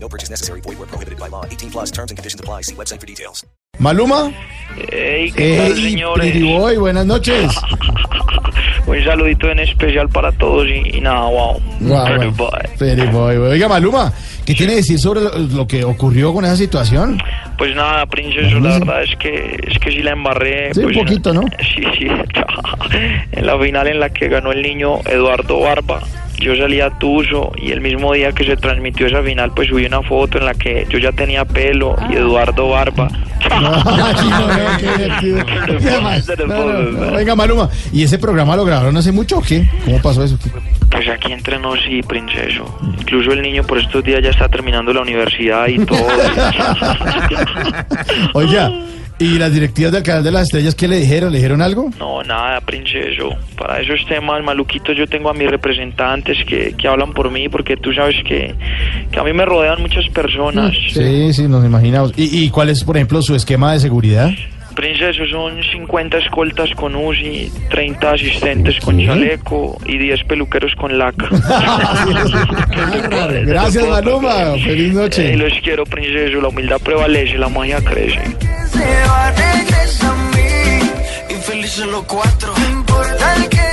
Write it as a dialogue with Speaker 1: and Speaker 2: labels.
Speaker 1: No purchase necessary. Void where prohibited by law. 18 plus terms and conditions apply. See website for details.
Speaker 2: Maluma,
Speaker 3: Ey, ¿qué tal,
Speaker 2: Ey,
Speaker 3: señores?
Speaker 2: Pretty Boy, buenas noches.
Speaker 3: Un saludito en especial para todos y, y nada, wow.
Speaker 2: Guau,
Speaker 3: Pero,
Speaker 2: guau.
Speaker 3: bye.
Speaker 2: Pretty Boy, güey. Oiga, Maluma, ¿qué tiene que decir sobre lo, lo que ocurrió con esa situación?
Speaker 3: Pues nada, princeso, la verdad es que es que sí la embarré.
Speaker 2: Sí, un
Speaker 3: pues,
Speaker 2: poquito, ¿no?
Speaker 3: Sí, sí. En la final en la que ganó el niño Eduardo Barba, yo salí a Tuzo y el mismo día que se transmitió esa final, pues subí una foto en la que yo ya tenía pelo y Eduardo Barba.
Speaker 2: Ah. Ay, no, no, qué divertido. Ya más. No, no, no. Oiga, Maluma, ¿y ese programa lo grabaron hace mucho o qué? ¿Cómo pasó eso?
Speaker 3: Pues aquí entre nos sí, princeso. Incluso el niño por estos días ya está terminando la universidad y todo.
Speaker 2: Oiga, ¿y las directivas del Canal de las Estrellas qué le dijeron? ¿Le dijeron algo?
Speaker 3: No, nada, princeso. Para esos temas maluquitos yo tengo a mis representantes que, que hablan por mí porque tú sabes que, que a mí me rodean muchas personas.
Speaker 2: Mm, Sí, sí, nos imaginamos. ¿Y, y cuál es, por ejemplo, su esquema de seguridad?
Speaker 3: Princeso, son 50 escoltas con UCI, 30 asistentes con chaleco y 10 peluqueros con laca.
Speaker 2: Gracias, Maluma. Feliz
Speaker 3: Eh,
Speaker 2: noche.
Speaker 3: los quiero, princeso. La humildad prevalece, la magia crece.
Speaker 4: se va, regresa a mí. Y felices los cuatro. No importa el que